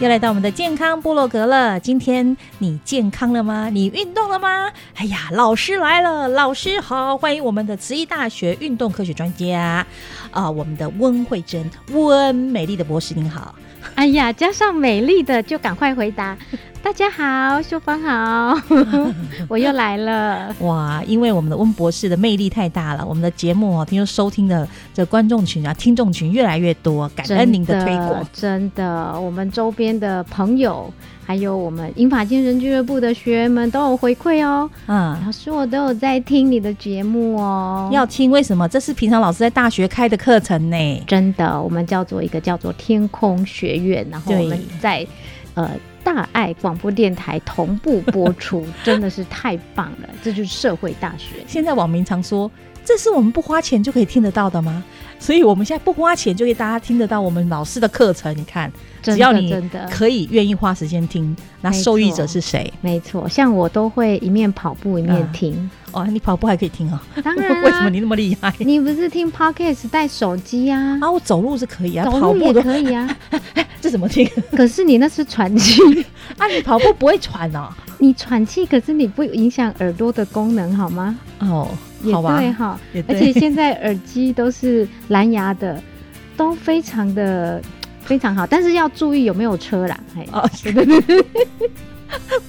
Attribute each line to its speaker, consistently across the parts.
Speaker 1: 又来到我们的健康部落格了。今天你健康了吗？你运动了吗？哎呀，老师来了，老师好，欢迎我们的慈毅大学运动科学专家啊、我们的温慧珍温美丽的博士，您好。
Speaker 2: 哎呀，加上美丽的就赶快回 答。大家好，秀芳好，我又来了。
Speaker 1: 哇，因为我们的温博士的魅力太大了，我们的节目哦，听说收听的这观众群啊、听众群越来越多，感恩您的推广。
Speaker 2: 真的，我们周边的朋友，还有我们英法健身俱乐部的学员们都有回馈哦。
Speaker 1: 嗯，
Speaker 2: 老师，我都有在听你的节目哦。
Speaker 1: 要听为什么？这是平常老师在大学开的课程呢。
Speaker 2: 真的，我们叫做一个叫做天空学院，然后
Speaker 1: 对
Speaker 2: 我们在呃大爱广播电台同步播 出，真的是太棒了，这就是社会大学。
Speaker 1: 现在网民常说，这是我们不花钱就可以听得到的吗？所以我们现在不花钱就可以大家听得到我们老师的课程。你看，
Speaker 2: 真的
Speaker 1: 只要你
Speaker 2: 真的
Speaker 1: 可以愿意花时间听，那
Speaker 2: 没错
Speaker 1: 受益者是谁？
Speaker 2: 没错，像我都会一面跑步一 面听。
Speaker 1: 哦，你跑步还可以听啊、
Speaker 2: 当然、啊，
Speaker 1: 为什么你那么厉害？
Speaker 2: 你不是听 podcast 带手 机啊？
Speaker 1: 啊，我走路是可以啊，
Speaker 2: 走
Speaker 1: 跑
Speaker 2: 路
Speaker 1: 步
Speaker 2: 也
Speaker 1: 的
Speaker 2: 可以 啊，
Speaker 1: 这怎么听？
Speaker 2: 可是你那是喘气，
Speaker 1: 啊，你跑步不会喘哦。
Speaker 2: 你喘啊气，可是你不影响耳朵的功能好吗？
Speaker 1: 哦，
Speaker 2: 也
Speaker 1: 好吧，
Speaker 2: 对啊 哈，
Speaker 1: 也对
Speaker 2: 而且现在耳机都是蓝牙的，都非常的非常好，但是要注意有没有车啦，哎，
Speaker 1: 哦，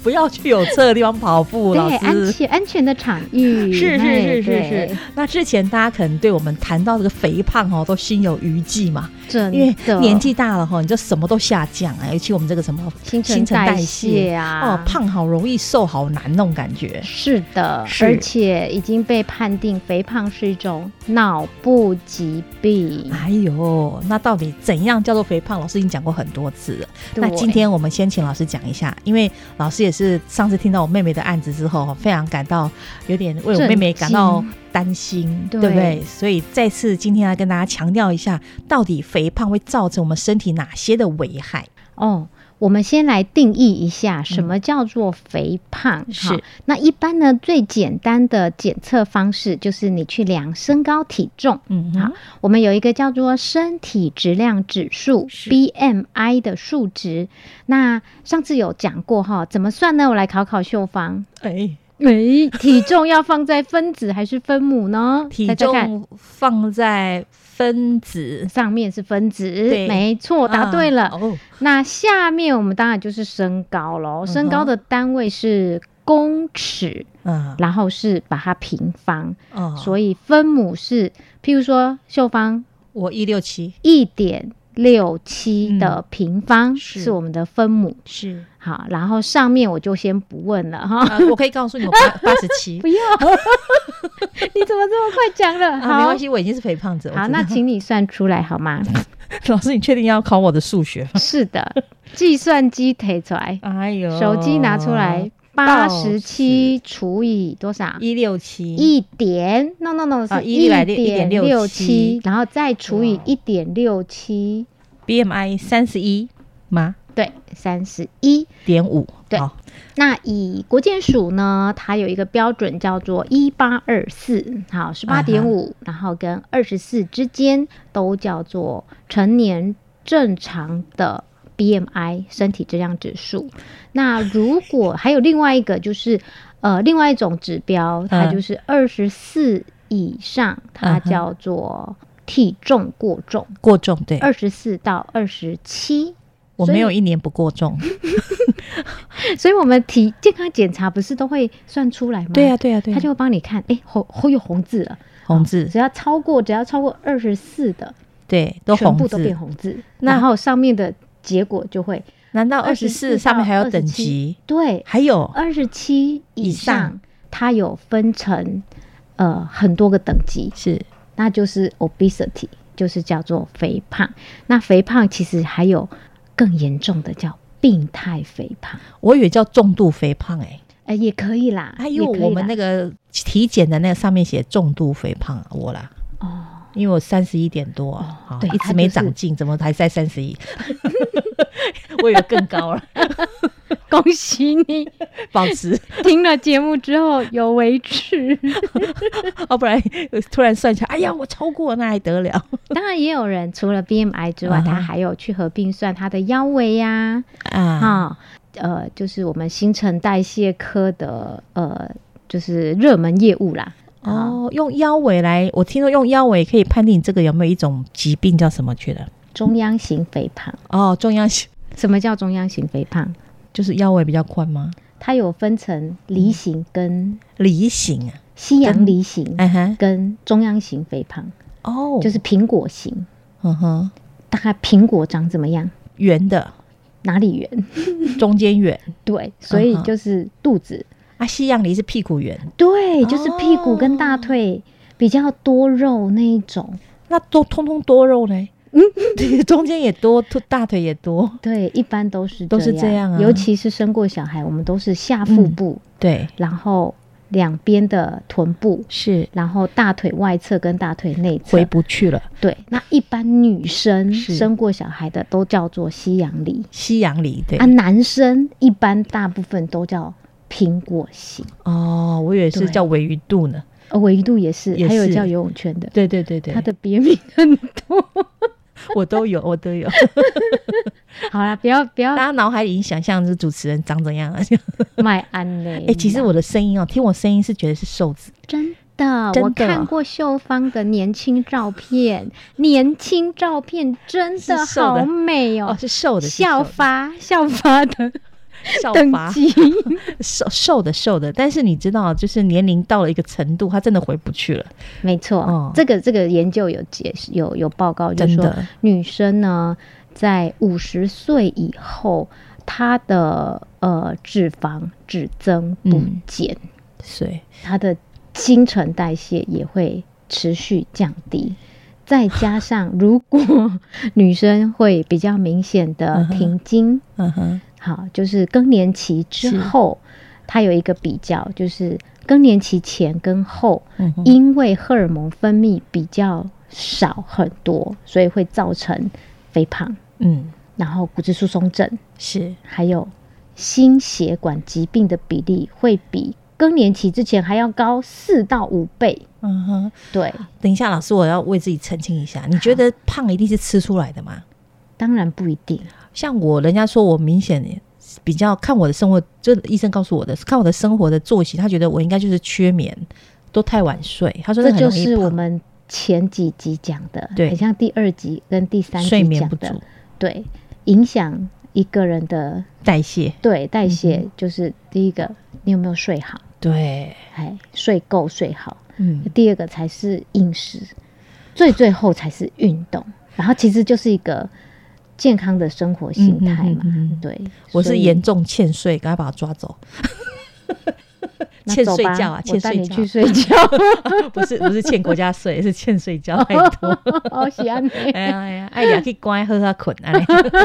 Speaker 1: 不要去有车的地方跑步，老
Speaker 2: 对，安
Speaker 1: 师。
Speaker 2: 全安全的场域，
Speaker 1: 是是
Speaker 2: 哎
Speaker 1: 是是是，，那之前大家可能对我们谈到这个肥胖哦，都心有余悸嘛。
Speaker 2: 嗯对真的，
Speaker 1: 因为年纪大了哈，你就什么都下降啊，尤其我们这个什么
Speaker 2: 新陈代谢啊，
Speaker 1: 哦，胖好容易，瘦好难那种感觉。
Speaker 2: 是的，
Speaker 1: 是
Speaker 2: 而且已经被判定肥胖是一种脑部疾病。
Speaker 1: 哎呦，那到底怎样叫做肥胖？老师已经讲过很多次了。
Speaker 2: 对
Speaker 1: 那今天我们先请老师讲一下，因为老师也是上次听到我妹妹的案子之后，非常感到有点为我妹妹感到担心，对
Speaker 2: 对
Speaker 1: 不对？所以再次今天来跟大家强调一下，到底肥胖会造成我们身体哪些的危害？
Speaker 2: 哦，我们先来定义一下什么叫做肥胖。
Speaker 1: 嗯是
Speaker 2: 哈那一般呢，最简单的检测方式就是你去量身高体重。
Speaker 1: 嗯
Speaker 2: 好，我们有一个叫做身体质量指数
Speaker 1: 是
Speaker 2: （BMI） 的数值。那上次有讲过哈，怎么算呢？我来考考秀芳。
Speaker 1: 哎，
Speaker 2: 诶， 体重要放在分子还是分母呢？
Speaker 1: 体
Speaker 2: 猜猜看
Speaker 1: 重放在分子
Speaker 2: 上面是分子，
Speaker 1: 对
Speaker 2: 没错，答对了。
Speaker 1: 嗯哦，
Speaker 2: 那下面我们当然就是身高喽，身高的单位是公尺，
Speaker 1: 嗯，
Speaker 2: 然后是把它平方，
Speaker 1: 哦，所以
Speaker 2: 所以分母是，譬如说秀芳
Speaker 1: 我一六七
Speaker 2: 一点六七的平方、
Speaker 1: 嗯是
Speaker 2: 是我们的分母。
Speaker 1: 是，
Speaker 2: 好，然后上面我就先不问了哈，
Speaker 1: 啊我可以告诉你，我八八十七
Speaker 2: 不。要，你怎么这么快讲了？
Speaker 1: 啊，没
Speaker 2: 好
Speaker 1: 关，系，我已经是肥胖子。我
Speaker 2: 好，
Speaker 1: 知
Speaker 2: 那
Speaker 1: 道
Speaker 2: 请你算出来好吗？
Speaker 1: 老师，你确定要考我的数学吗？
Speaker 2: 是的，计算机提出来，
Speaker 1: 哎呦，
Speaker 2: 手机拿出来，八十七除以多少？
Speaker 1: 哦一六七，
Speaker 2: 一点，no no no，
Speaker 1: 啊
Speaker 2: 是
Speaker 1: 一来一点
Speaker 2: 点六
Speaker 1: 六
Speaker 2: 七
Speaker 1: 七，
Speaker 2: 然后再除以
Speaker 1: 哇
Speaker 2: 一点六七，
Speaker 1: BMI 三十一吗？
Speaker 2: 对，三十一。
Speaker 1: 点五，
Speaker 2: 对
Speaker 1: 好
Speaker 2: 那以国健署呢，它有一个标准叫做一八二四，好，十八点五，
Speaker 1: 啊
Speaker 2: 然后跟二十四之间都叫做成年正常的 BMI 身体质量指数。那如果还有另外一个就是，呃，另外一种指标，它
Speaker 1: 嗯
Speaker 2: 就是二十四以上，它
Speaker 1: 嗯哼
Speaker 2: 叫做体重过重，
Speaker 1: 过重，对，
Speaker 2: 二十四到二十七。
Speaker 1: 我没有一年不过重。
Speaker 2: 嗯所以我们体健康检查不是都会算出来吗？
Speaker 1: 对呀，啊对呀，对
Speaker 2: 他
Speaker 1: 呀，
Speaker 2: 就会帮你看，哎、红红有红字了，
Speaker 1: 红字，
Speaker 2: 只要超过只要超过二十四的，
Speaker 1: 对，都
Speaker 2: 全
Speaker 1: 红
Speaker 2: 部都
Speaker 1: 字
Speaker 2: 变。红字，
Speaker 1: 那
Speaker 2: 然后上面的结果就会
Speaker 1: 难道二十
Speaker 2: 24
Speaker 1: 四上面还有
Speaker 2: 到
Speaker 1: 等
Speaker 2: 27
Speaker 1: 级？
Speaker 2: 对
Speaker 1: 还有
Speaker 2: 二十七以
Speaker 1: 以上
Speaker 2: 上，它有分成呃很多个等级，
Speaker 1: 是
Speaker 2: 那就是 obesity，就是叫做肥胖。那肥胖其实还有更严重的叫病态肥胖，
Speaker 1: 我以为叫重度肥胖哎、
Speaker 2: 哎，也可以啦，
Speaker 1: 还有
Speaker 2: 也可以
Speaker 1: 我们
Speaker 2: 啦
Speaker 1: 那个 体检的那个上面写重度肥胖我啦，
Speaker 2: 哦。
Speaker 1: 因为我三十一点多啊，
Speaker 2: 哦
Speaker 1: 啊
Speaker 2: 对
Speaker 1: 一
Speaker 2: 他
Speaker 1: 直没
Speaker 2: 就是
Speaker 1: 长进，怎么还在三十一？ 我以为更高了，
Speaker 2: 恭喜你
Speaker 1: 保持，
Speaker 2: 听了节目之后有维持。
Speaker 1: 哦，不然突然算起来，哎呀，我超过那还得了？
Speaker 2: 当然，也有人除了 BMI 之外，
Speaker 1: 嗯哼
Speaker 2: 他还有去合并算他的腰围呀、啊，
Speaker 1: 啊，
Speaker 2: 呃，就是我们新陈代谢科的呃，就是热门业务啦。
Speaker 1: 哦，用腰围来，我听说用腰围可以判定你这个有没有一种疾病叫什么去了？
Speaker 2: 中央型肥胖，
Speaker 1: 哦，中央型
Speaker 2: 什么叫中央型肥胖？
Speaker 1: 就是腰围比较宽吗？
Speaker 2: 它有分成梨型跟
Speaker 1: 梨形啊，
Speaker 2: 西洋梨型，
Speaker 1: 哎哈，
Speaker 2: 跟中央型肥胖，
Speaker 1: 哦，
Speaker 2: 就是苹果型。
Speaker 1: 嗯哼，
Speaker 2: 大概苹果长怎么样？
Speaker 1: 圆 的，
Speaker 2: 哪里圆？
Speaker 1: 中间圆
Speaker 2: 对，所以就是肚子
Speaker 1: 啊，西洋梨是屁股圆，
Speaker 2: 对，就是屁股跟
Speaker 1: 哦
Speaker 2: 大腿比较多肉那一种。
Speaker 1: 那都通通多肉呢？嗯， 中间也多，肚大腿也多，
Speaker 2: 对，一般都是
Speaker 1: 都是这样啊嗯
Speaker 2: 尤其是生过小孩，我们都是下腹部，
Speaker 1: 对，
Speaker 2: 然后两边的臀部，
Speaker 1: 是
Speaker 2: 然后大腿外侧跟大腿内侧
Speaker 1: 回。不去了。
Speaker 2: 对，那一般女生
Speaker 1: 是
Speaker 2: 生过小孩的都叫做西洋梨
Speaker 1: 西洋梨对
Speaker 2: 啊，，男生一般大部分都叫苹果型，
Speaker 1: 哦，我以为是
Speaker 2: 对
Speaker 1: 叫尾鱼肚呢。
Speaker 2: 呃，维度也是，
Speaker 1: 也
Speaker 2: 还有
Speaker 1: 是
Speaker 2: 叫游泳圈的，
Speaker 1: 对对对对
Speaker 2: 它，的别名很 多。
Speaker 1: 我都有，我都有。
Speaker 2: 好啦，不要不要
Speaker 1: 大家脑海里想象是主持人长怎样啊？
Speaker 2: 卖安呢？哎
Speaker 1: 哎、其实我的声音哦，听我声音是觉得是瘦子，
Speaker 2: 真的，
Speaker 1: 真的
Speaker 2: 我看过秀芳的年轻照片，年轻照片真的
Speaker 1: 是瘦的
Speaker 2: 好美
Speaker 1: 哦，
Speaker 2: 哦，
Speaker 1: 是瘦的，是
Speaker 2: 效发效发的
Speaker 1: 瘦的效
Speaker 2: 等
Speaker 1: 法，
Speaker 2: 级。
Speaker 1: 瘦瘦的瘦的。但是你知道，就是年龄到了一个程度，他真的回不去了，
Speaker 2: 没错，
Speaker 1: 哦
Speaker 2: 这个这个研究有解有有报告，就
Speaker 1: 真
Speaker 2: 是说
Speaker 1: 的。
Speaker 2: 女生呢，在五十岁以后，她的呃脂肪只增不
Speaker 1: 嗯
Speaker 2: 减，
Speaker 1: 所以
Speaker 2: 她的新陈代谢也会持续降低。再加上，如果 女生会比较明显的
Speaker 1: 嗯哼
Speaker 2: 停经，
Speaker 1: 嗯哼，
Speaker 2: 好，就是更年期之
Speaker 1: 是
Speaker 2: 后，它有一个比较，就是更年期前跟后，
Speaker 1: 嗯哼，
Speaker 2: 因为荷尔蒙分泌比较少很多，所以会造成肥胖，
Speaker 1: 嗯，
Speaker 2: 然后骨质疏松症，
Speaker 1: 是
Speaker 2: 还有心血管疾病的比例会比更年期之前还要高四到五倍。
Speaker 1: 嗯哼。
Speaker 2: 对，
Speaker 1: 等一下，老师，我要为自己澄清一下，你觉得胖一定是吃出来的吗？
Speaker 2: 当然不一定。
Speaker 1: 像我，人家说我明显比较看我的生活，就医生告诉我的，看我的生活的作息，他觉得我应该就是缺眠，都太晚睡。他说
Speaker 2: 这
Speaker 1: 那很
Speaker 2: 就
Speaker 1: 容易
Speaker 2: 是
Speaker 1: 胖
Speaker 2: 我们前几集讲的，
Speaker 1: 对
Speaker 2: 很像第二集跟第三集
Speaker 1: 睡眠
Speaker 2: 讲
Speaker 1: 不
Speaker 2: 的
Speaker 1: 足，、
Speaker 2: 对，影响一个人的
Speaker 1: 代谢，
Speaker 2: 对代
Speaker 1: 嗯
Speaker 2: 谢，就是第一个，你有没有睡好？
Speaker 1: 对，
Speaker 2: 哎，睡够睡好。
Speaker 1: 嗯，
Speaker 2: 第二个才是饮食，最最后才是运动，然后其实就是一个健康的生活心态嘛。
Speaker 1: 嗯嗯嗯嗯
Speaker 2: 对，
Speaker 1: 我
Speaker 2: 所
Speaker 1: 是
Speaker 2: 以
Speaker 1: 严重欠睡，赶快把他抓走。
Speaker 2: 那
Speaker 1: 欠
Speaker 2: 走
Speaker 1: 睡
Speaker 2: 吧
Speaker 1: 觉啊，
Speaker 2: 我
Speaker 1: 欠
Speaker 2: 带
Speaker 1: 睡
Speaker 2: 你
Speaker 1: 觉
Speaker 2: 去，睡 觉。
Speaker 1: 不是不是欠国家 税，是欠睡觉太多。
Speaker 2: 好喜欢你，
Speaker 1: 哎呀哎呀，哎呀，去乖喝喝困啊！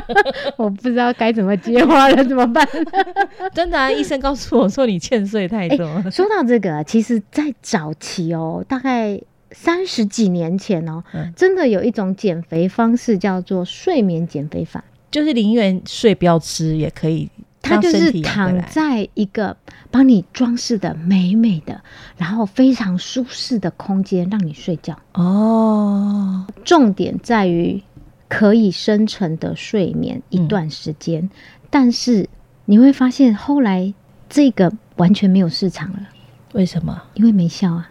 Speaker 2: 我不知道该怎么接话了，怎么办？
Speaker 1: 真的啊，医生告诉我说你欠睡太多。
Speaker 2: 说到这个，啊其实，在早期哦，大概。三十几年前哦，
Speaker 1: 嗯
Speaker 2: 真的有一种减肥方式叫做睡眠减肥法。
Speaker 1: 就是宁愿睡不要吃也可以，
Speaker 2: 它就
Speaker 1: 让身
Speaker 2: 是
Speaker 1: 体养回
Speaker 2: 躺
Speaker 1: 来
Speaker 2: 在一个帮你装饰的美美的，然后非常舒适的空间让你睡觉。
Speaker 1: 哦，
Speaker 2: 重点在于可以深沉的睡眠一段时间，但是你会发现后来这个完全没有市场了，
Speaker 1: 为什么
Speaker 2: 因为没效啊，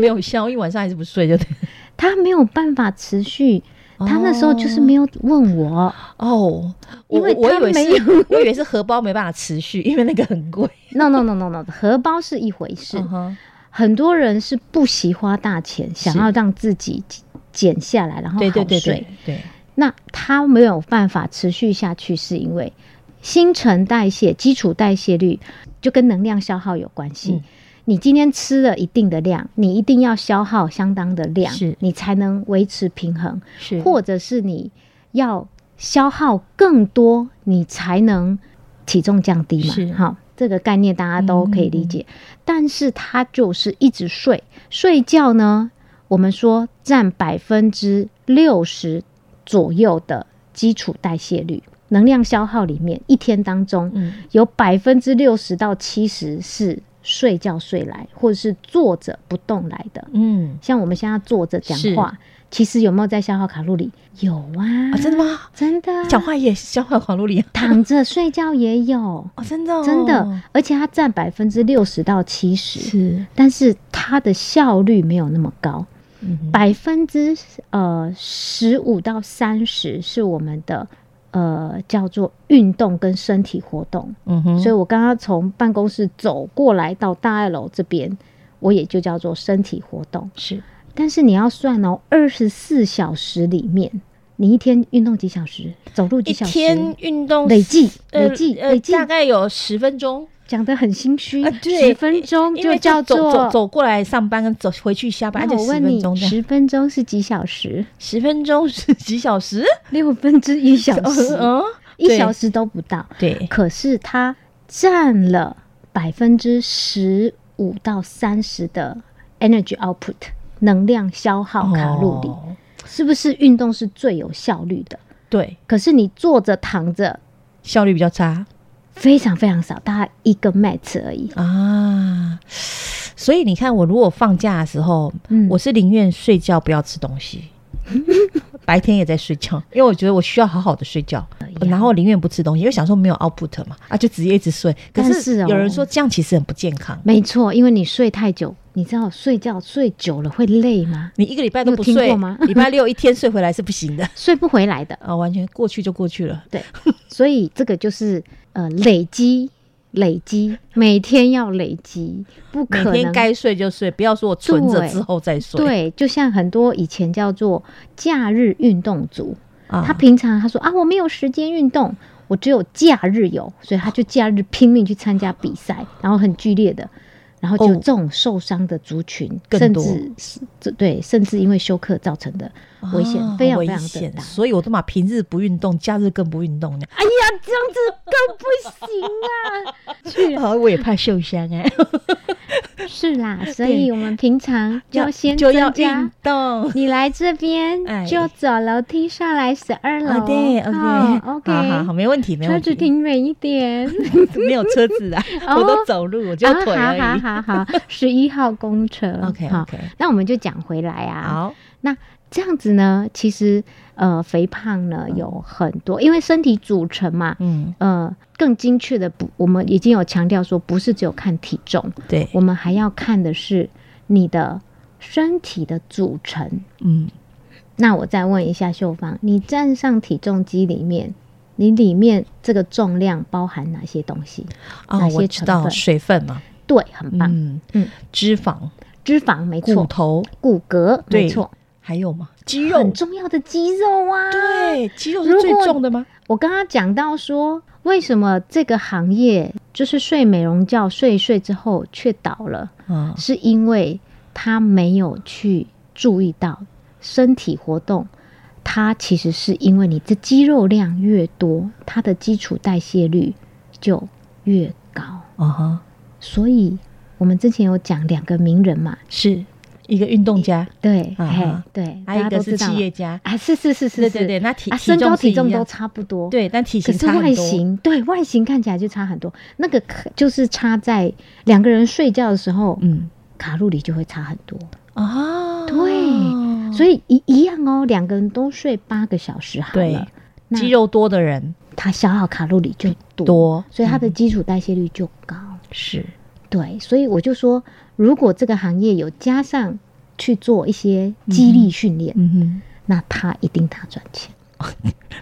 Speaker 1: 没有效？因为晚上还是不睡 就对。
Speaker 2: 它没有办法持续。他那时候就是没有问我，
Speaker 1: 哦，我
Speaker 2: 因为
Speaker 1: 我以
Speaker 2: 它
Speaker 1: 为
Speaker 2: 没
Speaker 1: 是， 我以为是荷包没办法持续，因为那个很 贵。
Speaker 2: no no no no no，荷包是一回事，
Speaker 1: 嗯哼
Speaker 2: 很多人是不惜花大钱，想要让自己减下来，然后 好
Speaker 1: 对
Speaker 2: 睡。
Speaker 1: 对对对对，
Speaker 2: 那他没有办法持续下去，是因为新陈代谢、基础代谢率就跟能量消耗有关系。
Speaker 1: 嗯
Speaker 2: 你今天吃了一定的量，你一定要消耗相当的量
Speaker 1: 是，
Speaker 2: 你才能维持平衡，
Speaker 1: 是
Speaker 2: 或者是你要消耗更多，你才能体重降低嘛
Speaker 1: 是。嗯
Speaker 2: 好，这个概念大家都可以理解。但是他就是一直睡，睡觉呢，我们说占百分之六十左右的基础代谢率，能量消耗里面一天当中，
Speaker 1: 嗯，
Speaker 2: 有百分之六十到七十是睡觉睡来，或者是坐着不动来的。
Speaker 1: 嗯，
Speaker 2: 像我们现在坐着讲话，其实有没有在消耗卡路里？有啊，
Speaker 1: 啊，真的 吗？
Speaker 2: 真的啊
Speaker 1: 讲话也消耗卡路里啊，
Speaker 2: 躺着睡觉也 有，
Speaker 1: 哦，真的哦、
Speaker 2: 真的，而且它占百分之六十到七十，
Speaker 1: 是，
Speaker 2: 但是它的效率没有那么高，
Speaker 1: 嗯
Speaker 2: 百分之呃十五到三十是我们的呃叫做运动跟身体活动。
Speaker 1: 嗯哼，
Speaker 2: 所以我刚刚从办公室走过来到大二楼这边，我也就叫做身体活动。
Speaker 1: 是
Speaker 2: 但是你要算哦，二十四小时里面，你一天运动几小时，走路
Speaker 1: 一
Speaker 2: 几小时，
Speaker 1: 天运动
Speaker 2: 累计
Speaker 1: 呃
Speaker 2: 累计
Speaker 1: 呃
Speaker 2: 累计
Speaker 1: 大概有十分钟，
Speaker 2: 讲得很心虚，
Speaker 1: 啊
Speaker 2: 十、
Speaker 1: 对
Speaker 2: 分钟
Speaker 1: 因为
Speaker 2: 就叫
Speaker 1: 走
Speaker 2: 做
Speaker 1: 走走过来上班跟走回去下班，
Speaker 2: 那
Speaker 1: 就
Speaker 2: 我
Speaker 1: 十
Speaker 2: 问
Speaker 1: 分
Speaker 2: 你，
Speaker 1: 钟这样，
Speaker 2: 十分钟是几小时？
Speaker 1: 十分钟 是几小时？
Speaker 2: 六分之一小 时，
Speaker 1: 嗯，
Speaker 2: 一
Speaker 1: 对
Speaker 2: 小时都不到。
Speaker 1: 对，
Speaker 2: 可是它占了百分之十五到三十的 energy output 能量消耗卡路里，
Speaker 1: 哦
Speaker 2: 是不是运动是最有效率的？
Speaker 1: 对，
Speaker 2: 可是你坐着躺着
Speaker 1: 效率比较差
Speaker 2: 非常非常少，大概一个 mat 而已。
Speaker 1: 啊。所以你看，我如果放假的时候，
Speaker 2: 嗯
Speaker 1: 我是宁愿睡觉不要吃东 西，白天也在睡觉，因为我觉得我需要好好的睡觉，
Speaker 2: 哎
Speaker 1: 然后宁愿不吃东西，因为想说没有 output 嘛，啊，就直接一直睡。可
Speaker 2: 但是
Speaker 1: 是
Speaker 2: 哦
Speaker 1: 有人说这样其实很不健康，
Speaker 2: 没错，因为你睡太久，你知道睡觉睡久了会累吗？
Speaker 1: 你一个礼拜都不
Speaker 2: 你有听
Speaker 1: 睡
Speaker 2: 过吗， 哦
Speaker 1: 礼拜六一天睡回来是不行 的
Speaker 2: 睡不回来的。
Speaker 1: 啊，完全过去就过去了。
Speaker 2: 对，所以这个就是呃累积。累积，每天要累积，不
Speaker 1: 每
Speaker 2: 可能
Speaker 1: 天该睡就睡，不要说我存着之后再睡。
Speaker 2: 对，就像很多以前叫做假日运动族，
Speaker 1: 啊，
Speaker 2: 他平常他说啊我没有时间运动，我只有假日有，所以他就假日拼命去参加比赛，然后很剧烈的，然后就
Speaker 1: 哦
Speaker 2: 这种受伤的族群，
Speaker 1: 更
Speaker 2: 甚
Speaker 1: 多
Speaker 2: 至是这对，甚至因为休克造成的危险、
Speaker 1: 啊
Speaker 2: 非常
Speaker 1: 危
Speaker 2: 非常的
Speaker 1: 险
Speaker 2: 大。
Speaker 1: 所以我都嘛平日不运动，假日更不运 动呢。
Speaker 2: 哎呀，这样子更不行啊！ 去
Speaker 1: 啊，我也怕受伤
Speaker 2: 啊
Speaker 1: 哎，
Speaker 2: 是啦，所以我们平常就要 先
Speaker 1: 就要
Speaker 2: 增加
Speaker 1: 运动。
Speaker 2: 你来这
Speaker 1: 哎
Speaker 2: 边就走楼梯上来十二楼
Speaker 1: 啊，
Speaker 2: 哦，
Speaker 1: 对，OK，
Speaker 2: OK，
Speaker 1: 好好好，没问题，没
Speaker 2: 车
Speaker 1: 问
Speaker 2: 子
Speaker 1: 题。
Speaker 2: 停远一点，
Speaker 1: 没有车子啊，
Speaker 2: 哦
Speaker 1: 我都走路，我就腿
Speaker 2: 啊
Speaker 1: 而已。
Speaker 2: 好好好好， 十一号公车
Speaker 1: OK
Speaker 2: 好
Speaker 1: OK，
Speaker 2: 那我们就讲回来啊，
Speaker 1: 好，
Speaker 2: 那这样子呢，其实呃，肥胖呢有很多，因为身体组成嘛，
Speaker 1: 嗯，
Speaker 2: 呃，更精确的不，我们已经有强调说，不是只有看体重，
Speaker 1: 对，
Speaker 2: 我们还要看的是你的身体的组成。
Speaker 1: 嗯，
Speaker 2: 那我再问一下秀芳，你站上体重机里面，你里面这个重量包含哪些东西？
Speaker 1: 啊，
Speaker 2: 哪些
Speaker 1: 我知
Speaker 2: 成
Speaker 1: 道
Speaker 2: 分
Speaker 1: 水分嘛，
Speaker 2: 对，很棒，
Speaker 1: 嗯
Speaker 2: 嗯，
Speaker 1: 脂肪、
Speaker 2: 脂肪没
Speaker 1: 骨
Speaker 2: 错，
Speaker 1: 头，
Speaker 2: 骨骼
Speaker 1: 对
Speaker 2: 没错，
Speaker 1: 还有吗？肌肉
Speaker 2: 很，重要的肌肉啊。，
Speaker 1: 对，肌肉是
Speaker 2: 如
Speaker 1: 最
Speaker 2: 果
Speaker 1: 重的吗？
Speaker 2: 我刚刚讲到说，为什么这个行业就是睡美容觉，睡一睡之后却倒了，
Speaker 1: 啊，
Speaker 2: 是因为他没有去注意到身体活动，它其实是因为你的肌肉量越多，它的基础代谢率就越高。
Speaker 1: 啊哈，
Speaker 2: 所以我们之前有讲两个名人嘛，
Speaker 1: 是一个运动家，
Speaker 2: 对，
Speaker 1: 啊
Speaker 2: 嘿，对，
Speaker 1: 还有一
Speaker 2: 大家
Speaker 1: 个
Speaker 2: 都
Speaker 1: 是
Speaker 2: 知道
Speaker 1: 企
Speaker 2: 嘛
Speaker 1: 业家，
Speaker 2: 啊，是是是是
Speaker 1: 对
Speaker 2: 是，
Speaker 1: 对对，那体
Speaker 2: 啊，
Speaker 1: 体
Speaker 2: 身高
Speaker 1: 重是
Speaker 2: 体
Speaker 1: 一
Speaker 2: 重
Speaker 1: 样
Speaker 2: 都差不多，
Speaker 1: 对，但体
Speaker 2: 可
Speaker 1: 型
Speaker 2: 是
Speaker 1: 差很
Speaker 2: 外
Speaker 1: 多。
Speaker 2: 形，对外形看起来就差很多。那个可就是差在两个人睡觉的时候，
Speaker 1: 嗯
Speaker 2: 卡路里就会差很多。
Speaker 1: 啊，
Speaker 2: 对所
Speaker 1: 以
Speaker 2: 以一一样哦，两个人都睡八个小时好
Speaker 1: 对
Speaker 2: 了，那
Speaker 1: 肌肉多的人
Speaker 2: 它消耗卡路里就多，
Speaker 1: 多嗯
Speaker 2: 所以它的基础代谢率就高。
Speaker 1: 是
Speaker 2: 对，所以我就说，如果这个行业有加上去做一些激励训练，
Speaker 1: 嗯
Speaker 2: 那它一定大赚钱。
Speaker 1: 哼，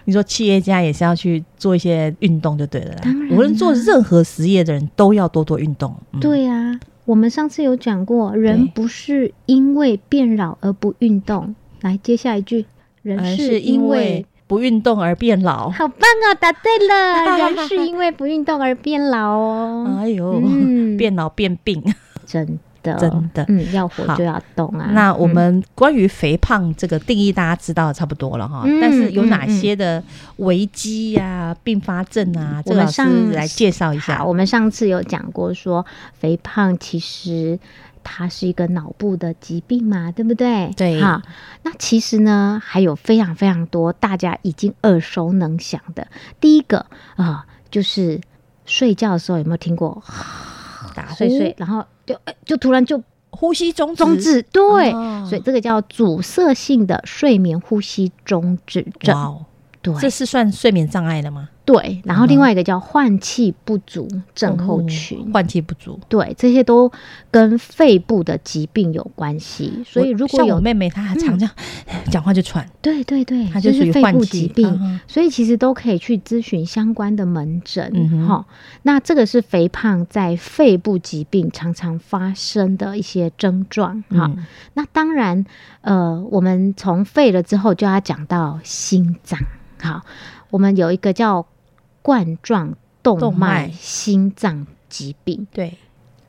Speaker 1: 你说企业家也是要去做一些运动就对了啦。
Speaker 2: 当然啦啊
Speaker 1: 无论做任何实业的人都要多多运动。嗯，
Speaker 2: 对呀、啊，我们上次有讲过，人
Speaker 1: 对
Speaker 2: 不是因为变老而不运动。来，接下一句，人
Speaker 1: 而
Speaker 2: 是
Speaker 1: 呃哎是
Speaker 2: 因
Speaker 1: 因
Speaker 2: 为
Speaker 1: 为。不运动而变老。
Speaker 2: 好棒哦，答对了！人是因为不运动而变老哦。
Speaker 1: 哎呦，
Speaker 2: 嗯
Speaker 1: 变老变病，
Speaker 2: 真的，
Speaker 1: 真的
Speaker 2: 嗯，要活
Speaker 1: 好
Speaker 2: 就要动啊。
Speaker 1: 那我
Speaker 2: 嗯
Speaker 1: 们关于肥胖这个定义，大家知道的差不多了哈。
Speaker 2: 嗯
Speaker 1: 但是有哪些的危机呀、并发症啊？这
Speaker 2: 嗯
Speaker 1: 个
Speaker 2: 我
Speaker 1: 老
Speaker 2: 们
Speaker 1: 师
Speaker 2: 上
Speaker 1: 来介绍一下
Speaker 2: 好，。我们上次有讲过说，肥胖其实它是一个脑部的疾病嘛，对不对？
Speaker 1: 对
Speaker 2: 好，那其实呢，还有非常非常多大家已经耳熟能详的。第一个啊、就是睡觉的时候有没有听过
Speaker 1: 打呼
Speaker 2: 睡睡，然后就哎就突然就
Speaker 1: 呼吸中止
Speaker 2: 终止，对，
Speaker 1: 哦
Speaker 2: 所以这个叫阻塞性的睡眠呼吸终止
Speaker 1: 哇
Speaker 2: 症，
Speaker 1: 哦，
Speaker 2: 对，
Speaker 1: 这是算睡眠障碍的吗？
Speaker 2: 对。然后
Speaker 1: 嗯哼
Speaker 2: 另外一个叫换气不足症候
Speaker 1: 哦
Speaker 2: 群，
Speaker 1: 换气不足。
Speaker 2: 对，这些都跟肺部的疾病有关系。所以
Speaker 1: 我
Speaker 2: 如果
Speaker 1: 像我
Speaker 2: 有嗯
Speaker 1: 妹妹，她还常 这样、讲话就喘，
Speaker 2: 对对对，
Speaker 1: 她就属
Speaker 2: 是
Speaker 1: 于
Speaker 2: 肺
Speaker 1: 换
Speaker 2: 部
Speaker 1: 气
Speaker 2: 疾病，
Speaker 1: 嗯
Speaker 2: 所以其实都可以去咨询相关的门诊
Speaker 1: 嗯哼
Speaker 2: 哈、那这个是肥胖在肺部疾病常常发生的一些症状
Speaker 1: 哼
Speaker 2: 哈、
Speaker 1: 嗯
Speaker 2: 那当然，呃，我们从肺了之后就要讲到心脏。好，我们有一个叫冠状
Speaker 1: 动
Speaker 2: 动
Speaker 1: 脉
Speaker 2: 脉心脏疾病。
Speaker 1: 对，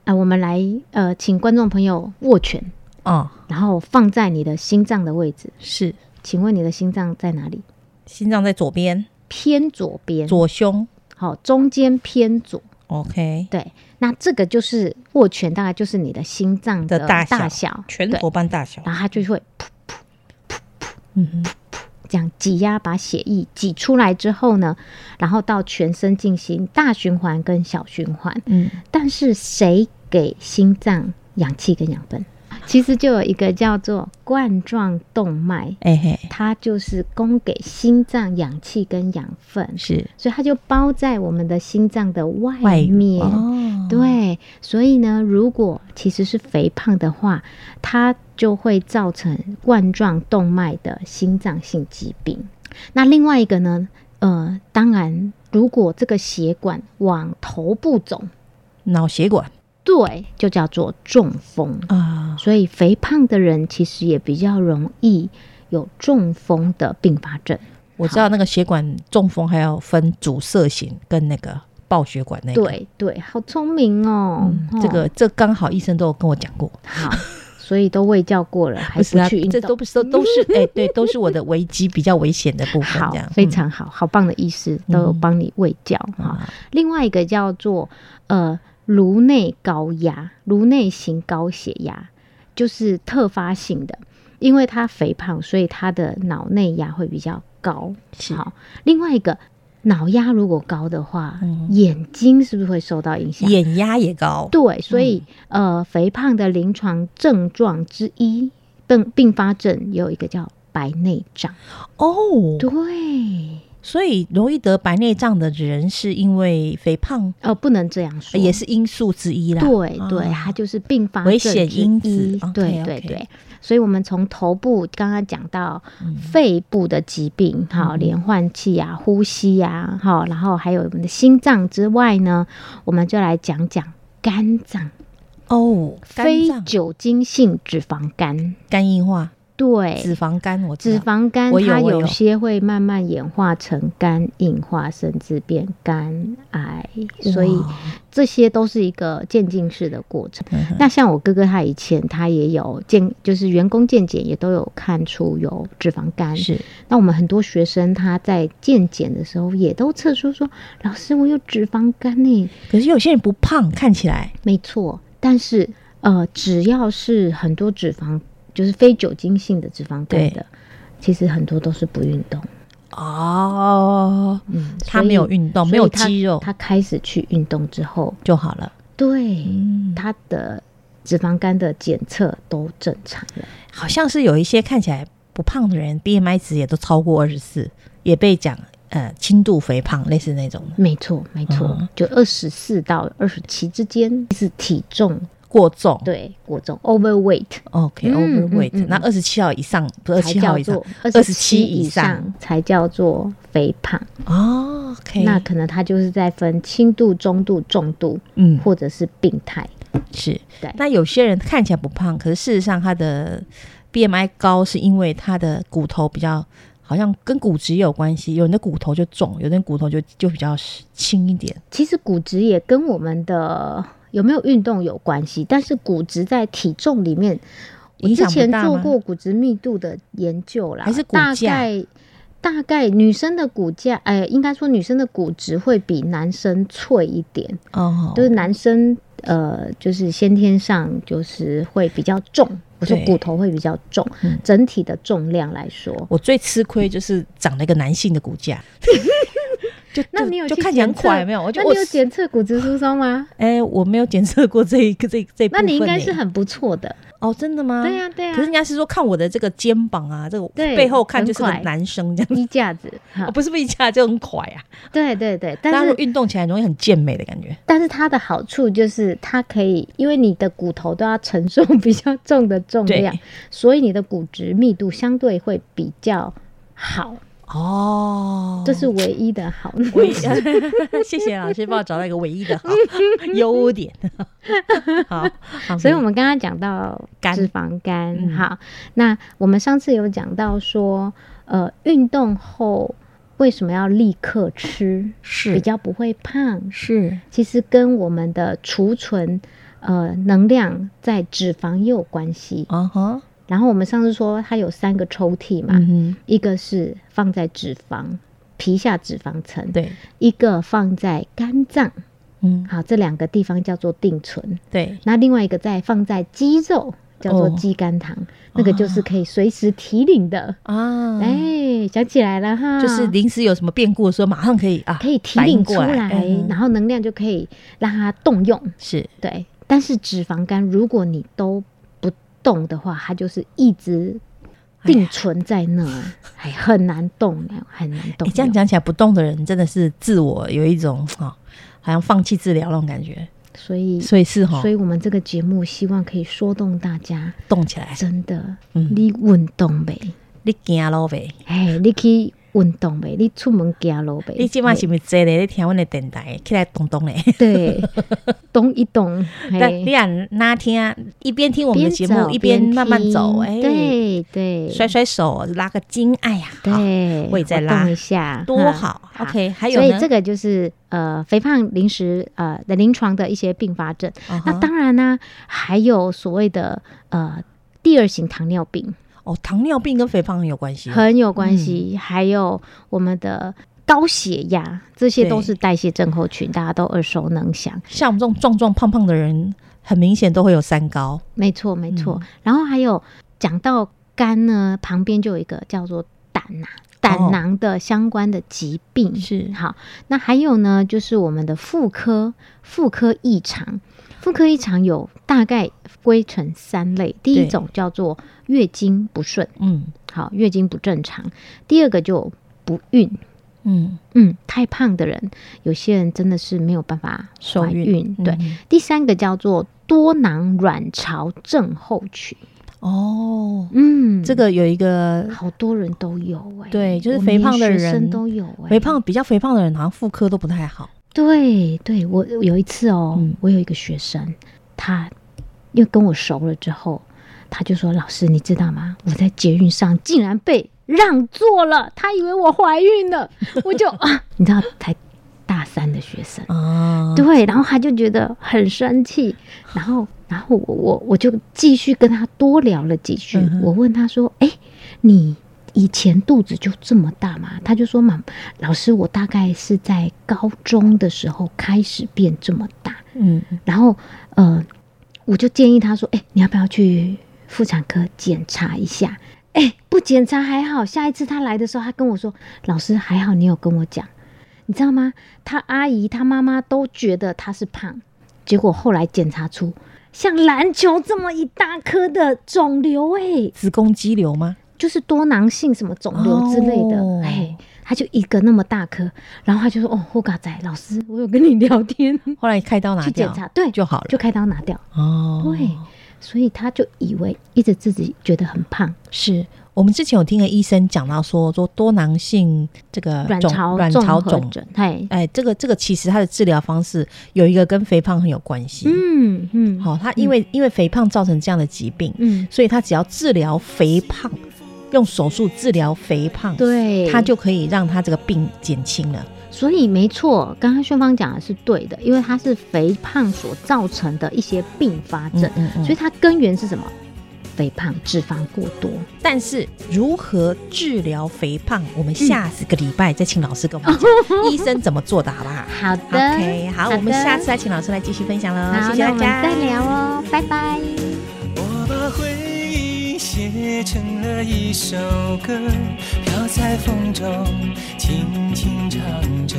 Speaker 2: 啊，我们来呃，请观众朋友握拳，
Speaker 1: 哦，
Speaker 2: 然后放在你的心脏的位置。
Speaker 1: 是
Speaker 2: 请问你的心脏在哪里？
Speaker 1: 心脏在左边，
Speaker 2: 偏左边，
Speaker 1: 左胸。
Speaker 2: 好、中间偏左。
Speaker 1: OK，
Speaker 2: 对，那这个就是握拳，大概就是你的心脏
Speaker 1: 的大小
Speaker 2: 小，
Speaker 1: 拳
Speaker 2: 对
Speaker 1: 头，般大小。
Speaker 2: 然后它就会噗
Speaker 1: 嗯哼，
Speaker 2: 这样挤压，把血液挤出来之后呢，然后到全身进行大循环跟小循环。
Speaker 1: 嗯，
Speaker 2: 但是谁给心脏氧气跟养分？其实就有一个叫做冠状动脉
Speaker 1: 哎嘿，
Speaker 2: 它就是供给心脏氧气跟养分，
Speaker 1: 是
Speaker 2: 所以它就包在我们的心脏的
Speaker 1: 外
Speaker 2: 外哎面。
Speaker 1: 哦，
Speaker 2: 对，所以呢，如果其实是肥胖的话，它就会造成冠状动脉的心脏性疾病。那另外一个呢，呃，当然，如果这个血管往头部走，
Speaker 1: 脑血管
Speaker 2: 对，就叫做中风。
Speaker 1: 啊，
Speaker 2: 所以肥胖的人其实也比较容易有中风的并发症。
Speaker 1: 我知道那个血管中风还要分阻塞型跟那个爆血管那个。，
Speaker 2: 对对，好聪明哦，
Speaker 1: 哎嗯
Speaker 2: 哦，
Speaker 1: 这个这刚好医生都有跟我讲过，
Speaker 2: 好，所以都喂教过了，还
Speaker 1: 是啊
Speaker 2: 去运，
Speaker 1: 这
Speaker 2: 动，
Speaker 1: 都不是都都 是哎，对，都是我的危机比较危险的部分，
Speaker 2: 好
Speaker 1: 这样，
Speaker 2: 非常好，好棒的医师都有帮你喂教
Speaker 1: 嗯
Speaker 2: 哈。
Speaker 1: 啊
Speaker 2: 另外一个叫做呃颅内高压，颅内型高血压，就是特发性的，因为他肥胖，所以他的脑内压会比较高。
Speaker 1: 是
Speaker 2: 好，另外一个脑压如果高的话，
Speaker 1: 嗯
Speaker 2: 眼睛是不是会受到影响？
Speaker 1: 眼压也高，
Speaker 2: 对，所以、
Speaker 1: 嗯
Speaker 2: 呃，肥胖的临床症状之一，并并发症也有一个叫白内障。
Speaker 1: 哦，
Speaker 2: 对，
Speaker 1: 所以容易得白内障的人是因为肥胖
Speaker 2: 呃，不能这样说，
Speaker 1: 也是啊因素之一啦，
Speaker 2: 对
Speaker 1: 啊
Speaker 2: 对，它就是并发
Speaker 1: 危
Speaker 2: 症
Speaker 1: 险
Speaker 2: 之
Speaker 1: 因子
Speaker 2: 一
Speaker 1: ，OK，
Speaker 2: 对对
Speaker 1: OK
Speaker 2: 对，所以我们从头部刚刚讲到
Speaker 1: 嗯
Speaker 2: 肺部的疾病，好、连换气啊、呼吸啊，好，然后还有我们的心脏之外呢，我们就来讲讲肝脏，
Speaker 1: 哦，肝
Speaker 2: 非
Speaker 1: 脏
Speaker 2: 酒精性脂肪肝，
Speaker 1: 肝硬化、
Speaker 2: 对，
Speaker 1: 脂肪肝，我知
Speaker 2: 脂
Speaker 1: 道
Speaker 2: 肪肝
Speaker 1: 我有
Speaker 2: 它
Speaker 1: 我有
Speaker 2: 有些会慢慢演化成肝硬化，甚至变肝癌，所以
Speaker 1: 哇
Speaker 2: 这些都是一个渐进式的过程。
Speaker 1: 嗯哼
Speaker 2: 那像我哥哥他以前他也有健，就是员工健检也都有看出有脂肪肝。
Speaker 1: 是
Speaker 2: 那我们很多学生他在健检的时候也都测出说，老师我有脂肪肝呢、
Speaker 1: 可是有些人不胖，看起来
Speaker 2: 没错，但是呃，只要是很多脂肪，就是非酒精性的脂肪肝
Speaker 1: 对
Speaker 2: 的，其实很多都是不运动。
Speaker 1: 哦，
Speaker 2: 嗯，
Speaker 1: 他
Speaker 2: 所以
Speaker 1: 没有运动，没有
Speaker 2: 所以他
Speaker 1: 肌肉
Speaker 2: 他开始去运动之后，
Speaker 1: 就好了。
Speaker 2: 对、
Speaker 1: 嗯，
Speaker 2: 他的脂肪肝的检测都正常了。
Speaker 1: 好像是有一些看起来不胖的人，BMI 值也都超过二十四，也被讲呃轻度肥胖，类似那种的
Speaker 2: 没错，没错，
Speaker 1: 嗯
Speaker 2: 就二十四到二十七之间是体重
Speaker 1: 过重。
Speaker 2: 对过重 overweight
Speaker 1: ，OK
Speaker 2: 嗯
Speaker 1: overweight，、
Speaker 2: 嗯嗯
Speaker 1: 那二十七号以上，不是二十
Speaker 2: 才
Speaker 1: 七号
Speaker 2: 叫
Speaker 1: 以上
Speaker 2: 做二十
Speaker 1: 27
Speaker 2: 七
Speaker 1: 以
Speaker 2: 以
Speaker 1: 上
Speaker 2: 上才叫做肥胖。
Speaker 1: 哦，OK，
Speaker 2: 那可能它就是在分轻度、中度、重度，
Speaker 1: 嗯
Speaker 2: 或者是病态。
Speaker 1: 是
Speaker 2: 对。
Speaker 1: 那有些人看起来不胖，可是事实上他的 BMI 高是因为他的骨头比较。好像跟骨质也有关系，有人的骨头就重，有的人骨头就就比较轻一点。
Speaker 2: 其实骨质也跟我们的有没有运动有关系，但是骨质在体重里面，我
Speaker 1: 影
Speaker 2: 之
Speaker 1: 响不
Speaker 2: 前
Speaker 1: 大
Speaker 2: 做
Speaker 1: 吗
Speaker 2: 过骨质密度的研究啦，
Speaker 1: 还是骨
Speaker 2: 大
Speaker 1: 架
Speaker 2: 概大概女生的骨架，哎、应该说女生的骨质会比男生脆一点，
Speaker 1: 哦，
Speaker 2: 就是男生呃，就是先天上就是会比较重，我说
Speaker 1: 对
Speaker 2: 骨头会比较重
Speaker 1: 嗯，
Speaker 2: 整体的重量来说，
Speaker 1: 我最吃亏就是长了一个男性的骨 架，就
Speaker 2: 那
Speaker 1: 就
Speaker 2: 你有
Speaker 1: 就
Speaker 2: 去
Speaker 1: 看起来很
Speaker 2: 检测
Speaker 1: 垮，有没有？我就
Speaker 2: 那
Speaker 1: 我
Speaker 2: 你有检测骨质疏 松吗？
Speaker 1: 哎、我没有检测过这一个这这一部
Speaker 2: 那
Speaker 1: 分呢、
Speaker 2: 你应该是很不错的，
Speaker 1: 哦，真的吗？
Speaker 2: 对呀、对呀、啊
Speaker 1: 可是人家是说看我的这个肩膀啊，这个
Speaker 2: 对
Speaker 1: 背后看就是个
Speaker 2: 很垮
Speaker 1: 男生这样子，
Speaker 2: 衣架子，哈
Speaker 1: 哦、不是不一下就很垮呀、啊。
Speaker 2: 对对对，
Speaker 1: 大家
Speaker 2: 但
Speaker 1: 如
Speaker 2: 是
Speaker 1: 果运动起来容易很健美的感觉。
Speaker 2: 但是它的好处就是它可以，因为你的骨头都要承受比较重的重
Speaker 1: 对
Speaker 2: 量，所以你的骨质密度相对会比较好，
Speaker 1: 哦，
Speaker 2: 这是唯一的好。
Speaker 1: 唯一， 谢谢老师帮我找到一个唯一的好优 点。好，好
Speaker 2: 所以我们刚刚讲到
Speaker 1: 肝
Speaker 2: 脂肪肝，
Speaker 1: 嗯
Speaker 2: 好，那我们上次有讲到说，呃，运动后为什么要立刻吃，比
Speaker 1: 是
Speaker 2: 较不会胖？
Speaker 1: 是
Speaker 2: 其实跟我们的储存呃能量在脂肪也有关系。
Speaker 1: 啊哈，
Speaker 2: 然后我们上次说它有三个抽屉嘛，
Speaker 1: 嗯
Speaker 2: 一个是放在脂肪皮下脂肪层
Speaker 1: 哼，，对，
Speaker 2: 一个放在肝脏，
Speaker 1: 嗯
Speaker 2: 好，这两个地方叫做定存。
Speaker 1: 对，
Speaker 2: 那另外一个再放在肌肉，叫做
Speaker 1: 哦
Speaker 2: 肌肝糖，那个就是可以随时提领的。
Speaker 1: 啊，
Speaker 2: 哎、想起来了哈，
Speaker 1: 就是临时有什么变故的时候，马上可以啊，
Speaker 2: 可以提
Speaker 1: 反应
Speaker 2: 领出
Speaker 1: 过
Speaker 2: 来，
Speaker 1: 嗯
Speaker 2: 然后能量就可以让它动用。
Speaker 1: 是
Speaker 2: 对，但是脂肪肝如果你都不动的话，它就是一直定存在那，哎，很难动，很难动。
Speaker 1: 你哎这样，讲起来，不动的人真的是自我有一种啊、哦，好像放弃治疗那种感觉，
Speaker 2: 所以，
Speaker 1: 所以是哦哈、
Speaker 2: 嗯所以我们这个节目希望可以说动大家，
Speaker 1: 动起来，
Speaker 2: 真的，
Speaker 1: 嗯
Speaker 2: 你运动呗，
Speaker 1: 你惊咯呗，
Speaker 2: 哎，你去运动呗，你出门走路呗，哎
Speaker 1: 你今晚是不是坐咧？你听阮的电台，起来动动 咧。
Speaker 2: 对，动一 动，
Speaker 1: 但
Speaker 2: 哎
Speaker 1: 你，俩哪天啊一边听我们的节目，
Speaker 2: 走
Speaker 1: 一边慢慢
Speaker 2: 听
Speaker 1: 走，哎，，
Speaker 2: 对对，
Speaker 1: 甩甩手，拉个筋，哎呀，好
Speaker 2: 对，
Speaker 1: 我也在
Speaker 2: 活
Speaker 1: 拉
Speaker 2: 动一下，
Speaker 1: 多
Speaker 2: 哈
Speaker 1: 好。OK，还有
Speaker 2: 所以
Speaker 1: 呢
Speaker 2: 这，个就是呃肥胖临时呃的临床的一些并发症。
Speaker 1: 啊哈
Speaker 2: 那当然呢、还有所谓的呃第二型糖尿病
Speaker 1: 哦，糖尿病跟肥胖很有关系哦，
Speaker 2: 很有关系，还有我们的高血压，这些都
Speaker 1: 对
Speaker 2: 是代谢症候群，大家都耳熟能详。
Speaker 1: 像我们这种壮壮胖胖的人，很明显都会有三高，
Speaker 2: 没错，没错。
Speaker 1: 嗯
Speaker 2: 然后还有讲到肝呢，旁边就有一个叫做胆呐、
Speaker 1: 哦
Speaker 2: 胆囊的相关的疾病、
Speaker 1: 是
Speaker 2: 好，那还有呢，就是我们的妇科妇科异常，妇科异常有大概归成三类，第一
Speaker 1: 对
Speaker 2: 种叫做月经不顺，
Speaker 1: 嗯
Speaker 2: 好，月经不正常；第二个就不孕，
Speaker 1: 嗯，
Speaker 2: 嗯，太胖的人，有些人真的是没有办法
Speaker 1: 受
Speaker 2: 怀孕，对。
Speaker 1: 嗯
Speaker 2: 第三个叫做多囊卵巢症候群，
Speaker 1: 哦，
Speaker 2: 嗯，
Speaker 1: 这个有一个
Speaker 2: 好多人都有哎、
Speaker 1: 对就是
Speaker 2: 我们
Speaker 1: 肥胖的
Speaker 2: 连学生
Speaker 1: 人
Speaker 2: 都有哎、
Speaker 1: 肥胖比较肥胖的人，好像妇科都不太好。
Speaker 2: 对对，我我有一次哦，
Speaker 1: 嗯
Speaker 2: 我有一个学生，他又跟我熟了之后，他就说：“老师，你知道吗？我在捷运上竟然被让座了，他以为我怀孕了。”我就啊，你知道，才大三的学生，
Speaker 1: 啊，
Speaker 2: 对，然后他就觉得很生气，然后然后我我我就继续跟他多聊了几句，
Speaker 1: 嗯哼
Speaker 2: 我问他说：“哎，你以前肚子就这么大吗？”他就说：“妈，老师，我大概是在高中的时候开始变这么大。
Speaker 1: 嗯，”
Speaker 2: 然后呃，我就建议他说：“哎，你要不要去妇产科检查一下？”哎，不检查还好，下一次他来的时候，他跟我说：“老师，还好你有跟我讲。”你知道吗？他阿姨、他妈妈都觉得他是胖，结果后来检查出像篮球这么一大颗的肿瘤、哎，
Speaker 1: 子宫肌瘤吗？
Speaker 2: 就是多囊性什么肿瘤之类的，
Speaker 1: 哦
Speaker 2: 哎、他就一个那么大颗，然后他就说：“哦，霍嘎仔老师，我有跟你聊天，
Speaker 1: 后来开刀拿
Speaker 2: 去
Speaker 1: 掉
Speaker 2: 检查，对，
Speaker 1: 就好了。
Speaker 2: 就开刀拿掉。
Speaker 1: 哦，
Speaker 2: 对，所以他就以为一直自己觉得很胖，
Speaker 1: 是我们之前有听个医生讲到说，说多囊性这个
Speaker 2: 卵
Speaker 1: 呃肿
Speaker 2: 巢
Speaker 1: 卵
Speaker 2: 综
Speaker 1: 巢
Speaker 2: 合
Speaker 1: 肿，
Speaker 2: 症，哎，
Speaker 1: 哎，这个这个其实它的治疗方式有一个跟肥胖很有关系。
Speaker 2: 嗯嗯，
Speaker 1: 好、它因为、因为肥胖造成这样的疾病，
Speaker 2: 嗯，
Speaker 1: 所以它只要治疗肥胖，用手术治疗肥胖，
Speaker 2: 对，
Speaker 1: 它就可以让它这个病减轻了。
Speaker 2: 所以没错，刚刚炫芳讲的是对的，因为它是肥胖所造成的一些并发症，
Speaker 1: 嗯嗯
Speaker 2: 所以它根源是什么？肥胖、脂肪过多。
Speaker 1: 但是如何治疗肥胖，我们下个礼拜再请老师跟我们 讲医生怎么做的，好不好
Speaker 2: 好的
Speaker 1: ？OK，好，我们
Speaker 2: 的
Speaker 1: 下次再请老师来继续分享喽，
Speaker 2: 好，
Speaker 1: 谢谢
Speaker 2: 那
Speaker 1: 大
Speaker 2: 我们
Speaker 1: 家，
Speaker 2: 再聊哦，拜拜。
Speaker 3: 我把回忆写成了一首歌，飘在风中，轻轻唱着，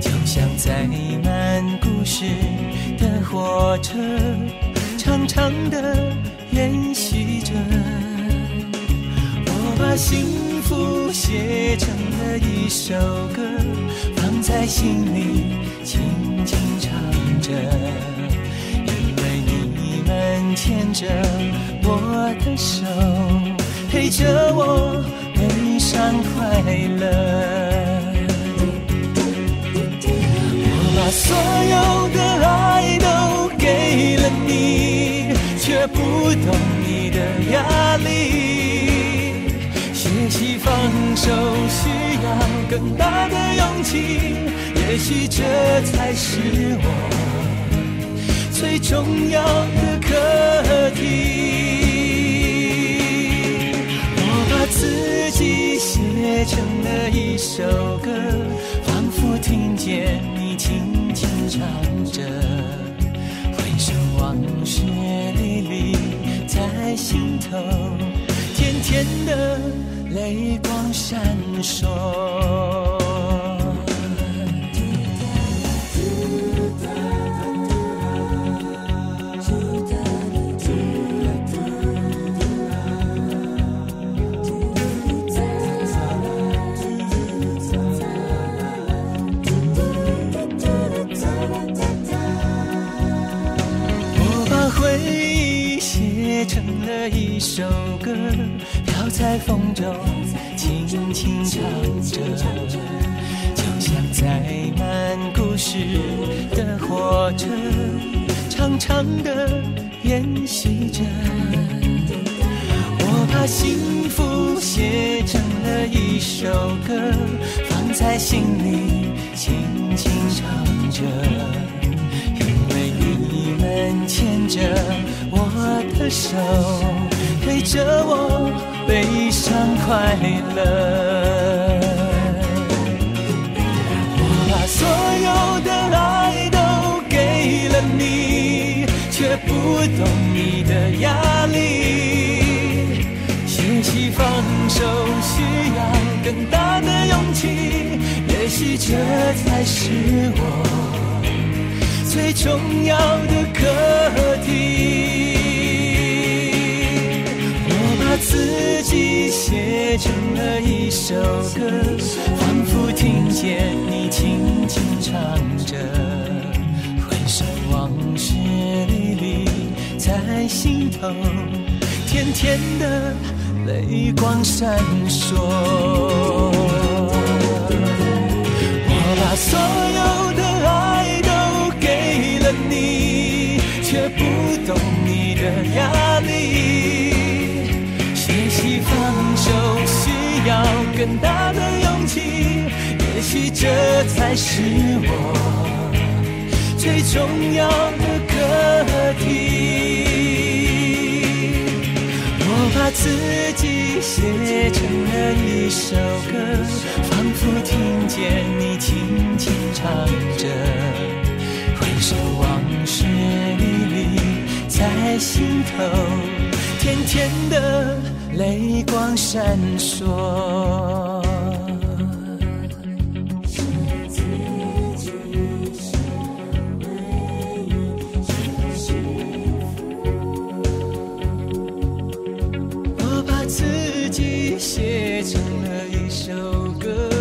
Speaker 3: 就像载满故事的火车，长长的延续着。我把幸福写成了一首歌，放在心里，轻轻唱着。因为你们牵着我的手，陪着我悲伤快乐。我把所有的爱都给了你，却不懂你的压力。学习放手需要更大的勇气，也许这才是我最重要的课题。我把自己写成了一首歌，仿佛听见你轻轻唱着。回首往事历历在心头，甜甜的泪光闪烁。我把回忆写成了一首歌，飘在风中，轻轻唱着，就像载满故事的火车，长长的延续着。我把幸福写成了一首歌，放在心里，轻轻唱着。因为你们牵着我的手，陪着我悲伤快乐。我把所有的爱都给了你，却不懂你的压力。学习放手需要更大的勇气，也许这才是我。最重要的课题。我把自己写成了一首歌，仿佛听见你轻轻唱着，回首往事历历在心头，甜甜的泪光闪烁。我把所有的爱都给了你，却不懂你的压力。学习放手需要更大的勇气，也许这才是我最重要的课题。我把自己写成了一首歌，仿佛听见你轻轻唱着，回首往事历历在心头，甜甜的泪光闪烁。我把自己写成了一首歌，